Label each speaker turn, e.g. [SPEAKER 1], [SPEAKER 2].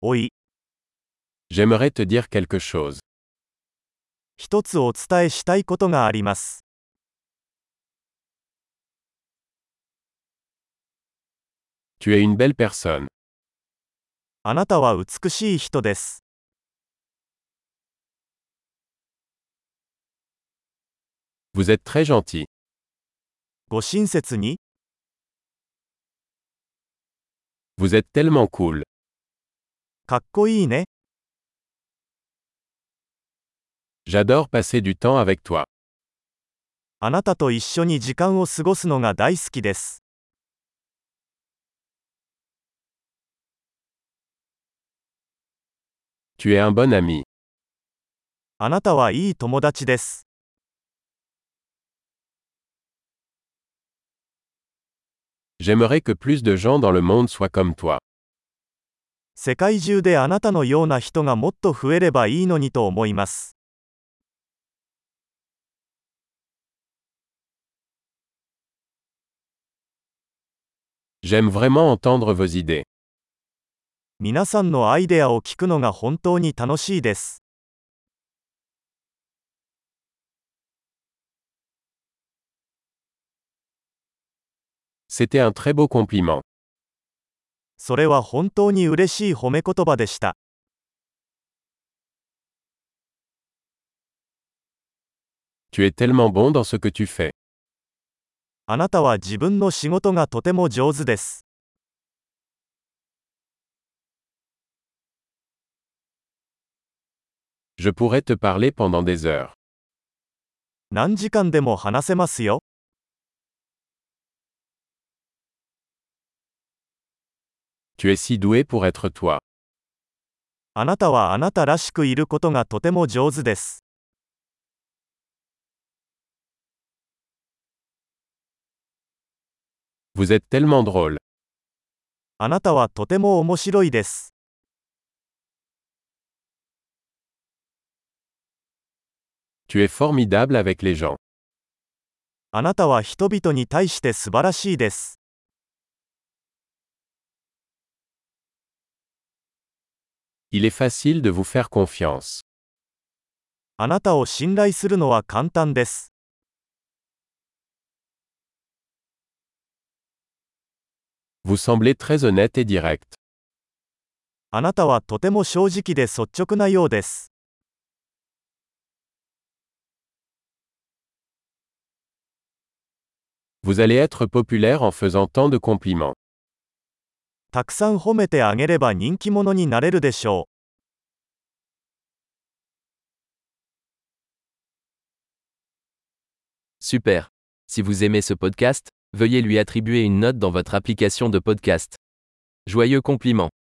[SPEAKER 1] おい、
[SPEAKER 2] J'aimerais te dire quelque chose.
[SPEAKER 1] 一つお伝えしたいことがあります。
[SPEAKER 2] Tu es une belle personne.
[SPEAKER 1] あなたは美しい人です。
[SPEAKER 2] Vous êtes très gentil.
[SPEAKER 1] ご親切に、
[SPEAKER 2] Vous êtes tellement cool.
[SPEAKER 1] かっこいいね。
[SPEAKER 2] J'adore passer du temps avec toi.
[SPEAKER 1] あなたと一緒に時間を過ごすのが大好きです。
[SPEAKER 2] Tu es un bon ami.
[SPEAKER 1] あなたはいい友達です。
[SPEAKER 2] J'aimerais que plus de gens dans le monde soient comme toi.
[SPEAKER 1] 世界中であなたのような人がもっと増えればいいのにと思います。
[SPEAKER 2] J'aime vraiment entendre vos idées.
[SPEAKER 1] 皆さんのアイデアを聞くのが本当に楽しいです。
[SPEAKER 2] C'était un très beau compliment.
[SPEAKER 1] それは本当に嬉しい褒め言葉でした。
[SPEAKER 2] Tu es tellement bon dans ce que tu fais.
[SPEAKER 1] あなたは自分の仕事がとても上手です。
[SPEAKER 2] Je pourrais te parler pendant des heures.
[SPEAKER 1] 何時間でも話せますよ。
[SPEAKER 2] Tu es si doué pour être toi.
[SPEAKER 1] あなたはあなたらしくいることがとても上手です。
[SPEAKER 2] Vous êtes tellement drôle.
[SPEAKER 1] あなたはとても面白いです。
[SPEAKER 2] Tu es formidable avec les gens.
[SPEAKER 1] あなたは人々に対して素晴らしいです。
[SPEAKER 2] Il est facile de vous faire confiance.
[SPEAKER 1] あなたを信頼するのは簡単です。
[SPEAKER 2] Vous semblez très honnête et direct.
[SPEAKER 1] あなたはとても正直で率直なようです。
[SPEAKER 2] Vous allez être populaire en faisant tant de compliments.
[SPEAKER 1] たくさん褒めてあげれば人気者になれるでしょう。
[SPEAKER 3] Super. Si vous aimez ce podcast, veuillez lui attribuer une note dans votre application de podcast. Joyeux compliment.